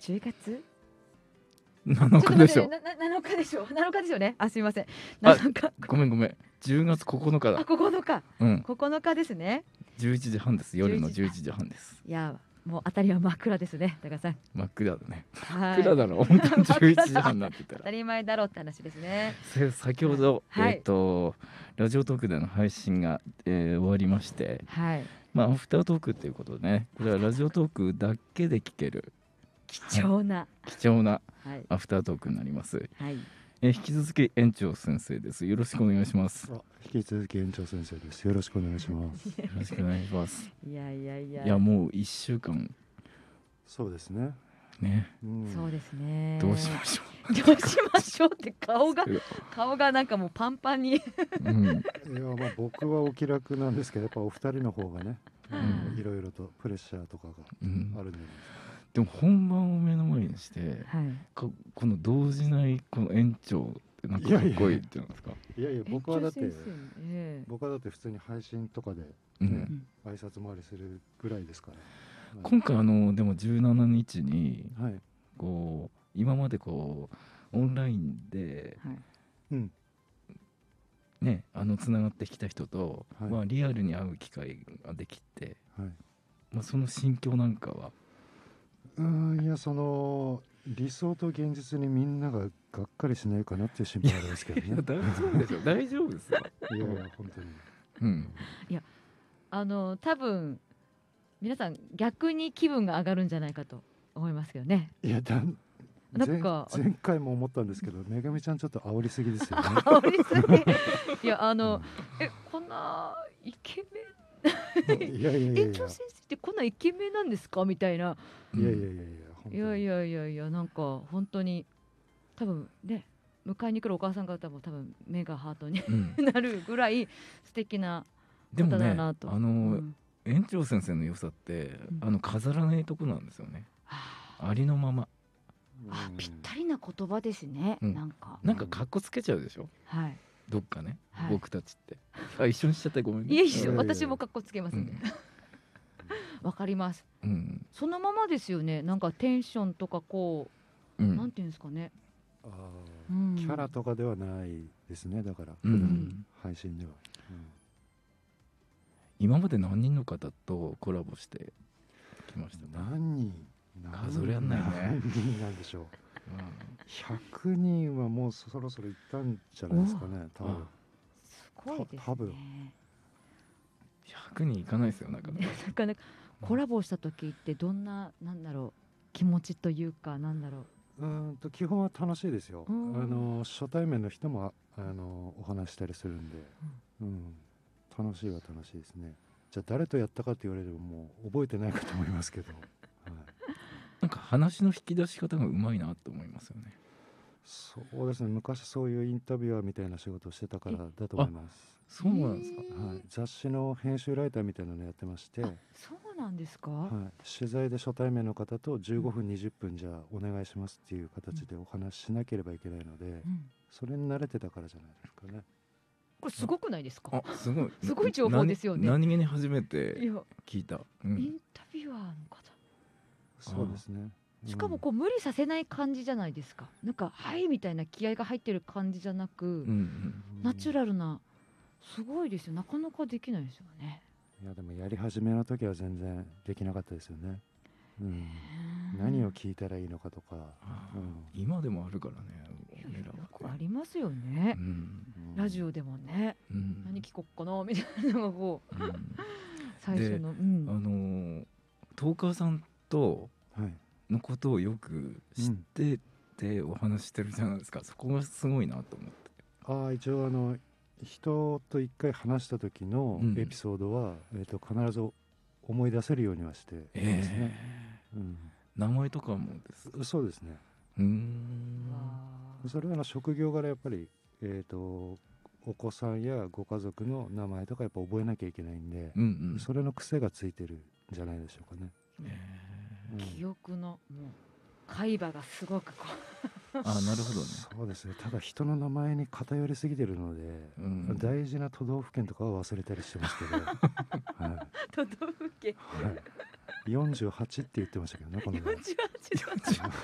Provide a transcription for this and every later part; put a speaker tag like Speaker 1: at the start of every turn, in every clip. Speaker 1: 10月
Speaker 2: 7日でしょ
Speaker 1: ちょっと待ってなな7日で しょ7日ですよねあすいません
Speaker 2: あ
Speaker 1: 7日
Speaker 2: ごめんごめん10月9日
Speaker 1: あ
Speaker 2: だ
Speaker 1: 9日
Speaker 2: うん
Speaker 1: 9日ですね
Speaker 2: 11時半です夜の
Speaker 1: 11
Speaker 2: 11時半です
Speaker 1: いやもうあたりは真っ暗ですね高さん
Speaker 2: 真っ暗だね
Speaker 1: は
Speaker 2: 真
Speaker 1: い
Speaker 2: っ暗だろ本当に
Speaker 1: 真っ暗だ
Speaker 2: 11時半になってた
Speaker 1: 当
Speaker 2: ら
Speaker 1: たり前だろうって話ですね
Speaker 2: せ先ほど、
Speaker 1: はい
Speaker 2: えっ、とラジオトークでの配信が、えー終わりまして
Speaker 1: はい
Speaker 2: まあアフタートークっていうことでねこれはラジオトークだけで聞ける
Speaker 1: 貴重な
Speaker 2: 貴重な
Speaker 1: はい
Speaker 2: アフタートークになります、
Speaker 1: はい
Speaker 2: えー引き続き園長先生ですよろしくお願いしますよ
Speaker 3: あ引き続き園長先生です。よろしくお願いします。
Speaker 2: ろしくお願いします
Speaker 1: いやいやいや
Speaker 2: いやもう一週間
Speaker 3: そうですね。
Speaker 2: ね
Speaker 3: うん
Speaker 1: そうですね
Speaker 2: どうしましょ
Speaker 1: どうしましょうって顔が
Speaker 2: う、
Speaker 1: 顔がなんかもうパンパンに
Speaker 2: うん、
Speaker 3: いやまあ僕はお気楽なんですけど、やっぱお二人の方がね、
Speaker 2: ん
Speaker 3: いろいろとプレッシャーとかが
Speaker 2: うん
Speaker 3: あるんじゃない
Speaker 2: でも本番を目の前にして
Speaker 1: はい
Speaker 2: ここの動じないこの園長ってなんかかっこいいじゃないですか
Speaker 3: ですか。いやいや僕はだって
Speaker 1: 園長先生のえ
Speaker 3: 僕はだって普通に配信とかで
Speaker 2: うん
Speaker 3: 挨拶回りするぐらいですから。
Speaker 2: 今回あのでも17日に
Speaker 3: はい。
Speaker 2: こう今までこうオンラインで
Speaker 1: えはい
Speaker 3: うん。
Speaker 2: ねあのつながってきた人と、
Speaker 3: はい
Speaker 2: まあ、リアルに会う機会ができて、
Speaker 3: はい。
Speaker 2: まあ、その心境なんかは
Speaker 3: うーんいやその理想と現実にみんなががっかりしないかなっていう心配あるんです けどね。い
Speaker 2: 大丈夫で しょ大丈夫ですよ、
Speaker 3: やいや本当に。
Speaker 2: うん、
Speaker 1: あの多分皆さん逆に気分が上がるんじゃないかと思いますけどね。
Speaker 3: いやだん
Speaker 1: な
Speaker 3: 前
Speaker 1: んか
Speaker 3: 前回も思ったんですけどめぐみちゃんちょっと煽りすぎですよね。
Speaker 1: 煽りすぎ いやあ
Speaker 3: う
Speaker 1: の
Speaker 3: ん
Speaker 1: えこんなイケメ
Speaker 3: いやいやい
Speaker 1: ン
Speaker 3: やいや
Speaker 1: 園長先生ってこんなイケメンなんですかみたいな。
Speaker 3: いやいやいやいや本当
Speaker 1: い
Speaker 3: に
Speaker 1: やいやいやいやなんか本当に多分ね迎えに来るお母さん方も多分目がハートに
Speaker 2: うん
Speaker 1: なるぐらい素敵な。
Speaker 2: でも
Speaker 1: 方だ
Speaker 2: ね
Speaker 1: な
Speaker 2: あ
Speaker 1: と
Speaker 2: の、
Speaker 1: うん
Speaker 2: 園長先生の良さって、
Speaker 1: うん
Speaker 2: あの飾らないとこなんですよね
Speaker 1: あ
Speaker 2: ありのまま
Speaker 1: あぴったりな言葉ですね。
Speaker 2: うん
Speaker 1: なんか
Speaker 2: なんかかっこつけちゃうでしょ
Speaker 1: はい。
Speaker 2: どっかね、
Speaker 1: はい
Speaker 2: 僕たちってあ一緒にしちゃってごめんね
Speaker 1: いやいや
Speaker 3: うん
Speaker 1: 私も格好つけますんで。わかります。
Speaker 2: うん
Speaker 1: そのままですよね。なんかテンションとかこ
Speaker 2: う
Speaker 1: う、なん
Speaker 2: ん
Speaker 1: ていうんですかね。
Speaker 3: あ
Speaker 1: う
Speaker 3: ー
Speaker 1: ん
Speaker 3: キャラとかではないですねだから、
Speaker 2: うん、
Speaker 1: うん
Speaker 3: 配信では、
Speaker 2: 今まで何人の方とコラボしてきましたね、
Speaker 3: 何人何人
Speaker 2: 数えらんないね
Speaker 3: 何人なんでしょう100人はもうそろそろいったんじゃないですかね多分
Speaker 1: すごいですね。
Speaker 3: た多分
Speaker 2: うん、100人いかないですよなんか
Speaker 1: ねなかなかコラボした時ってどんななんだろう気持ちというかなんだろ
Speaker 3: うーんと基本は楽しいですよ、
Speaker 1: うん
Speaker 3: あの初対面の人もああのお話したりするんで、うん楽しいは楽しいですねじゃあ誰とやったかって言われればもう覚えてないかと思います けど、はい、
Speaker 2: なんか話の引き出し方がうまいなと思いますよね
Speaker 3: そうですね昔そういうインタビュアーみたいな仕事をしてたからだと思います、
Speaker 2: そうなんですか
Speaker 1: へえ
Speaker 3: はい、雑誌の編集ライターみたいなのやってまして、
Speaker 1: う。
Speaker 3: は
Speaker 1: あ
Speaker 3: い、
Speaker 1: そうなんですか。
Speaker 3: 取材で初対面の方と15分20分じゃあお願いしますっていう形でお話ししなければいけないので
Speaker 1: うん
Speaker 3: それに慣れてたからじゃないですかね
Speaker 1: これすごくないですか。
Speaker 2: あすごい
Speaker 1: すごい情報ですよね
Speaker 2: な何気に初め
Speaker 1: い
Speaker 2: て
Speaker 1: や
Speaker 2: 聞いた、う
Speaker 1: イ
Speaker 2: ん
Speaker 1: ンタビュアーの方。
Speaker 3: そうですね
Speaker 1: しかも
Speaker 3: うん
Speaker 1: こう無理させない感じじゃないですか。なんかはいみたいな気合が入ってる感じじゃな
Speaker 2: う
Speaker 1: く
Speaker 2: んう、ん、
Speaker 3: うん
Speaker 1: ナチュラルなすごいですよ。なかなかできないですよね。
Speaker 3: いやでもやり始めの時は全然できなかったですよね、うん、何を聞いたらいいのかとか、
Speaker 2: あ
Speaker 3: う
Speaker 2: ー
Speaker 3: ん
Speaker 2: 今でもあるからね
Speaker 1: いやいや
Speaker 2: 俺らは
Speaker 1: よくありますよね
Speaker 2: う。ん
Speaker 3: うん
Speaker 1: ラジオでもね、
Speaker 2: うん
Speaker 1: 何聞こっかなみたいなのがこう
Speaker 2: うん
Speaker 1: 最初の、う
Speaker 2: あ
Speaker 1: ん、
Speaker 2: のートーカーさんと
Speaker 3: はい
Speaker 2: のことをよく知っててお話してるじゃないですか、そこがすごいなと思って
Speaker 3: ああ一応あの人と一回話した時の
Speaker 2: うん
Speaker 3: エピソードは、えー、と必ず思い出せるようにはしてますね、
Speaker 2: 名前とかもです
Speaker 3: うん、そうですね
Speaker 2: うーん
Speaker 1: わー
Speaker 3: それはあの職業柄やっぱり、えー、とお子さんやご家族の名前とかやっぱ覚えなきゃいけないんで、
Speaker 2: うんうん
Speaker 3: それの癖がついてるんじゃないでしょうかね、うん
Speaker 1: 記憶のもう海馬がすごくこ
Speaker 2: あなるほどね
Speaker 3: そうですねただ人の名前に偏りすぎてるので、
Speaker 2: うん
Speaker 3: 大事な都道府県とかは忘れたりしてますけど、はいは
Speaker 1: う都道府県
Speaker 3: い48って言ってましたけどねこの
Speaker 1: 48
Speaker 3: 間
Speaker 1: だ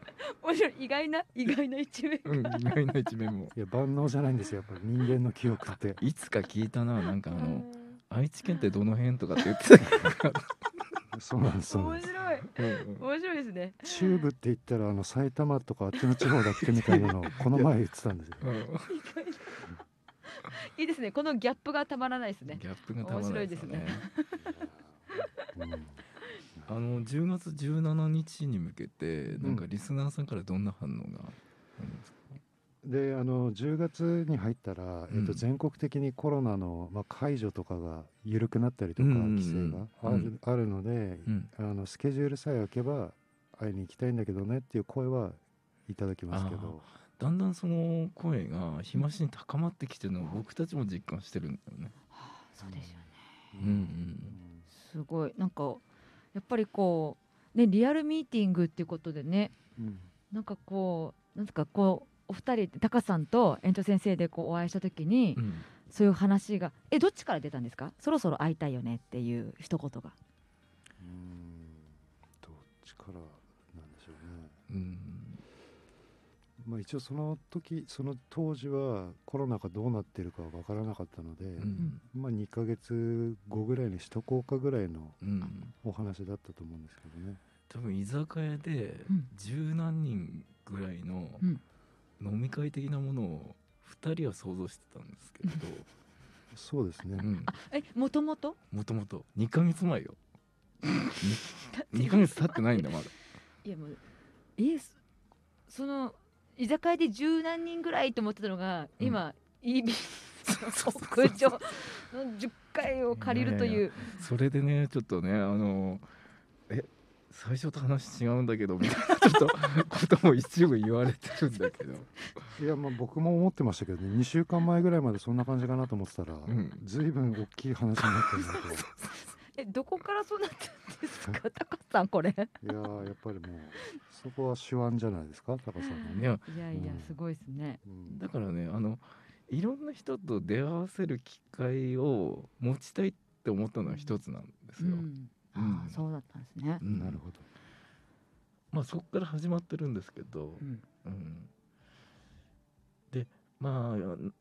Speaker 1: 面白い意外な意外な一面
Speaker 2: うん、意外な一面も。
Speaker 3: いや万能じゃないんですよやっぱり人間の記憶って
Speaker 2: いつか聞いたな、なんかあの、
Speaker 1: あ
Speaker 2: 愛知県ってどの辺とかって言ってたけ
Speaker 3: そうなんです
Speaker 1: ー
Speaker 3: そうなん
Speaker 1: 面
Speaker 3: です
Speaker 1: 白い
Speaker 2: ど。
Speaker 1: 面白いですね
Speaker 3: 中部って言ったらあの埼玉とかあっちの地方だっけみた いなのをこの前言ってたんですよ
Speaker 2: うんうん
Speaker 1: いいですねこのギャップがたまらないですね
Speaker 2: ギャップがたまらないですよ
Speaker 1: 面
Speaker 2: ね
Speaker 1: 白いで。
Speaker 3: うん
Speaker 2: あの10月17日に向けて、なんかリスナーさんからどんな反応がありますか。
Speaker 3: であの10月に入ったら、えっ
Speaker 2: う
Speaker 3: と
Speaker 2: ん
Speaker 3: 全国的にコロナの、まあ、解除とかが緩くなったりとか、
Speaker 2: うんうんうん
Speaker 3: 規制がある,、
Speaker 2: うん
Speaker 3: あるので、
Speaker 2: うん。
Speaker 3: あのスケジュールさえ空けば会いに行きたいんだけどねっていう声はいただきますけど
Speaker 2: だんだんその声が日増しに高まってきてるのを僕たちも実感してるんだよね。
Speaker 1: はあそうですよね
Speaker 2: うんうん。
Speaker 1: すごいなんかやっぱりこうねリアルミーティングっていうことでね
Speaker 3: うん
Speaker 1: なんかこうなんですかこうお二人でタカさんと園長先生でこうお会いした時に
Speaker 2: うん
Speaker 1: そういう話がえどっちから出たんですかそろそろ会いたいよねっていう一言が
Speaker 3: うんどっちからなんでしょうね、
Speaker 2: うん。
Speaker 3: まあ、一応その時その当時はコロナがどうなってるかは分からなかったので、
Speaker 2: うん。
Speaker 3: まあ、2ヶ月後ぐらいにしとこうかぐらいの
Speaker 2: うん。
Speaker 3: お話だったと思うんですけどね。
Speaker 2: 多分居酒屋で
Speaker 1: うん
Speaker 2: 十何人ぐらいの
Speaker 1: うん
Speaker 2: 飲み会的なものを2人は想像してたんです けれど、
Speaker 3: そうですね。
Speaker 2: うん、
Speaker 1: えもともと
Speaker 2: もともと2ヶ月前よ2ヶ月経ってないんだまだ
Speaker 1: いやもうえそその居酒屋で十何人ぐらいと思ってたのが
Speaker 2: うん
Speaker 1: 今、イービ
Speaker 2: そうそうそう
Speaker 1: 屋上の10階を借りると
Speaker 2: いやい
Speaker 1: いう
Speaker 2: それでねちょっとねあのえ最初と話違うんだけどみたいなちょっとことも一部言われてるんだ けど、
Speaker 3: いやまあ僕も思ってましたけどね2週間前ぐらいまでそんな感じかなと思ってたら、
Speaker 2: うん、
Speaker 3: ずいぶん大きい話になってるなと
Speaker 1: えどこからそうなったんですかタカさんこれ
Speaker 3: いやーやっぱりもうそこは手腕じゃないですか高さんの
Speaker 2: い
Speaker 3: ね。
Speaker 2: や
Speaker 1: いやいや
Speaker 3: うん
Speaker 1: すごいですね
Speaker 3: うん
Speaker 2: だからねあのいろんな人と出会わせる機会を持ちたいって思ったのは一つなんですよ。
Speaker 1: うんあー
Speaker 2: うん
Speaker 1: そうだったんですね
Speaker 2: うん
Speaker 3: なるほど。
Speaker 2: まあそこから始まってるんですけど、
Speaker 1: うん
Speaker 2: うんでまあ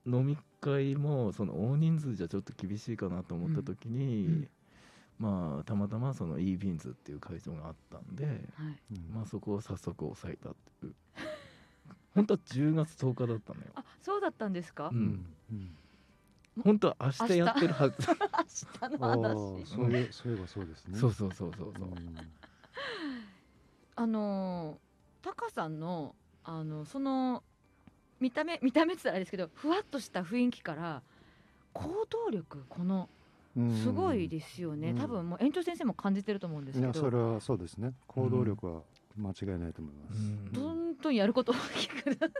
Speaker 2: 飲み会もその大人数じゃちょっと厳しいかなと思った時に、
Speaker 1: うん
Speaker 2: まあたまたまその e ビーンズっていう会場があったんで、
Speaker 1: はい
Speaker 3: うん
Speaker 2: まあそこを早速抑えた っていう本当は10月10日だったのよ、
Speaker 1: あそうだったんですか
Speaker 2: う、
Speaker 3: うんんうん
Speaker 2: 本当は明日やってるはず
Speaker 1: 明日の
Speaker 3: あ
Speaker 1: 話
Speaker 3: ーそういうそういえばそうですね。
Speaker 2: そうそうそうそうそう、
Speaker 3: ん
Speaker 1: あのー、タカさんのあのその見た目見た目って言ったらあれですけどふわっとした雰囲気から行動力この
Speaker 3: うん
Speaker 1: すごいですよね、
Speaker 3: うん
Speaker 1: 多分もう園長先生も感じてると思うんです
Speaker 3: い
Speaker 1: け
Speaker 3: やそ
Speaker 1: ど
Speaker 3: れはそうですね。行動力は間違いないと思いま
Speaker 2: う
Speaker 3: す。
Speaker 2: ん
Speaker 1: どんどんやることが大きくなって
Speaker 3: うん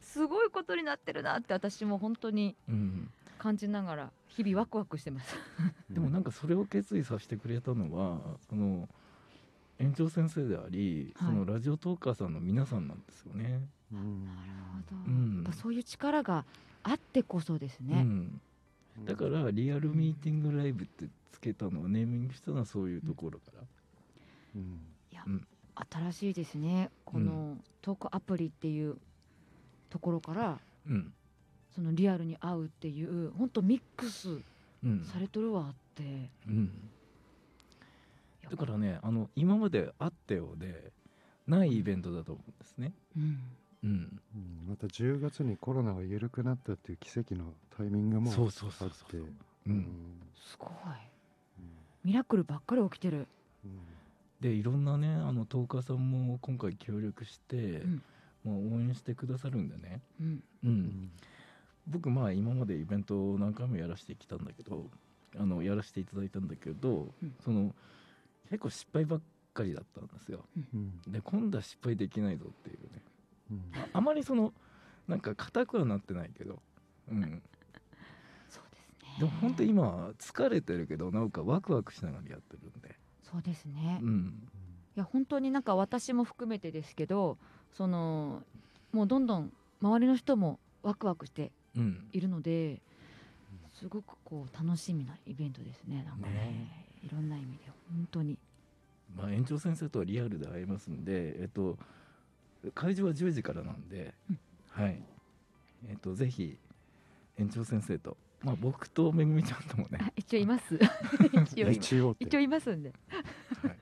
Speaker 1: すごいことになってるなって私も本当に
Speaker 2: うん、
Speaker 1: 感じながら日々ワクワクしてます。
Speaker 2: でもなんかそれを決意させてくれたのはその園長先生であり、
Speaker 1: はい
Speaker 2: そのラジオトーカーさんの皆さんなんですよね。
Speaker 3: うん
Speaker 2: うん
Speaker 1: やっぱそういう力があってこそです
Speaker 2: う
Speaker 1: ね。
Speaker 2: ん、だからリアルミーティングライブってつけたのをネーミングしたのはそういうところから。
Speaker 3: うん
Speaker 1: 新しいですねこのトークアプリっていうところから
Speaker 2: うん、
Speaker 1: そのリアルに合うっていう本当ミックス
Speaker 2: うん、
Speaker 1: されとるわって、い
Speaker 2: うん、
Speaker 1: や
Speaker 2: だからねあの今まであったようでないイベントだと思うんですね。
Speaker 1: うん
Speaker 2: うん、
Speaker 3: うんまた10月にコロナが緩くなったっていう奇跡のタイミングも
Speaker 2: そうそうそう
Speaker 3: あっ
Speaker 2: そ
Speaker 3: て
Speaker 2: う。う、
Speaker 3: うんん
Speaker 1: すごいミラクルばっかり起きてる、
Speaker 2: でいろんなねあのトーカーさんも今回協力して、
Speaker 1: ん
Speaker 2: まあ、応援してくださるんでね。
Speaker 1: うん、
Speaker 2: うん
Speaker 3: うん
Speaker 2: 僕まあ今までイベントを何回もやらせてきたんだけどあのやらせていただいたんだけど、
Speaker 1: うん
Speaker 2: その結構失敗ばっかりだったんですよ
Speaker 3: うん
Speaker 2: で今度は失敗できないぞっていうね
Speaker 3: うん
Speaker 2: ああまりそのなんか硬くはなってないけど、うん、
Speaker 1: そうですね
Speaker 2: でも本当今は疲れてるけどなんかワクワクしながらやってるんで、
Speaker 1: そうですね、
Speaker 2: う
Speaker 1: い
Speaker 2: ん
Speaker 1: や本当になんか私も含めてですけどそのもうどんどん周りの人もワクワクして
Speaker 2: うん、
Speaker 1: いるのですごくこう楽しみなイベントですねなんかねいろんな意味で、本当に
Speaker 2: まあ、園長先生とはリアルで会えますんで、えっと、会場は10時からなんで、
Speaker 1: うん
Speaker 2: はいえっと、ぜひ園長先生と、まあ、僕とめぐみちゃんと もね、
Speaker 1: あ一応います 一応い
Speaker 3: 一応って
Speaker 1: 一応いますんで
Speaker 2: はい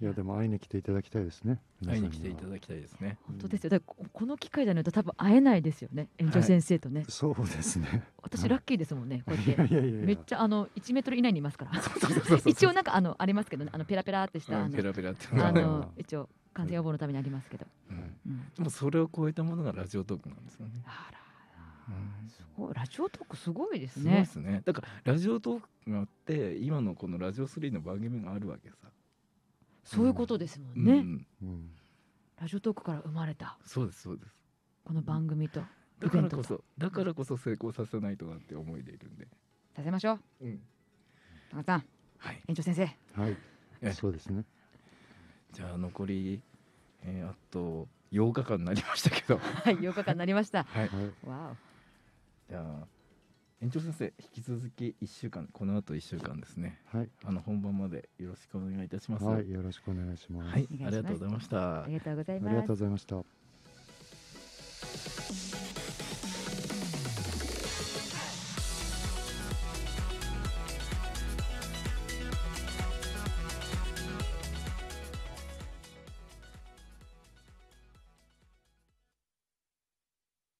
Speaker 3: いやでも会いに来ていただきたいですね皆
Speaker 2: 会い
Speaker 3: さん
Speaker 2: に来ていただきたいですね。
Speaker 1: 本当ですよだからここの機会じゃないと多分会えないですよね園長先生とね、
Speaker 3: そうですね
Speaker 1: 私ラッキーですもんねこうやっ
Speaker 3: いや
Speaker 1: て
Speaker 3: いやい や
Speaker 1: めっちゃあの1メートル以内にいますから
Speaker 2: そうそう そうそう
Speaker 1: 一応なんかあのありますけどねあのペラペラってし
Speaker 2: う
Speaker 1: たあ
Speaker 2: んペ
Speaker 1: の
Speaker 2: ラペラって
Speaker 1: あ
Speaker 3: ペラ
Speaker 1: の一応感染予防のためにありますけど、
Speaker 2: うん
Speaker 1: うん、
Speaker 2: でもそれを超えたものがラジオトークなんですよね。
Speaker 1: あら
Speaker 2: うん
Speaker 1: すごいラジオトークすごいです
Speaker 2: すごいで
Speaker 1: ね
Speaker 2: すね。だからラジオトークがあって今のこのラジオ3の番組があるわけさ。
Speaker 1: そういうことですも
Speaker 2: うんん
Speaker 1: ね、
Speaker 2: うん
Speaker 3: うん
Speaker 1: ラジオトークから生まれた
Speaker 2: そうですそうです。
Speaker 1: この番組と
Speaker 2: だから
Speaker 1: イベ
Speaker 2: こ
Speaker 1: ント
Speaker 2: そだからこそ成功させないとなって思いでいるんで。
Speaker 1: させましょう
Speaker 2: うん。
Speaker 1: 田中さん
Speaker 2: はい。
Speaker 1: 園長 先生
Speaker 3: はい
Speaker 2: え
Speaker 3: そうですね
Speaker 2: じゃあ残り、えーあと8日間になりましたけど。
Speaker 1: はい8日間になりました
Speaker 2: はい。
Speaker 3: はい
Speaker 1: わ
Speaker 2: じゃあ園長先生引き続き1週間この後1週間ですね。
Speaker 3: はい
Speaker 2: あの本番までよろしくお願いいたします。
Speaker 3: はい、よろしくお願いします。
Speaker 2: はい
Speaker 1: お願いします
Speaker 2: ありがとうございまし
Speaker 1: お
Speaker 2: た
Speaker 1: あり。がとうござい
Speaker 3: ありが
Speaker 1: ま
Speaker 3: と
Speaker 1: す
Speaker 3: うございまし
Speaker 1: 「
Speaker 3: た。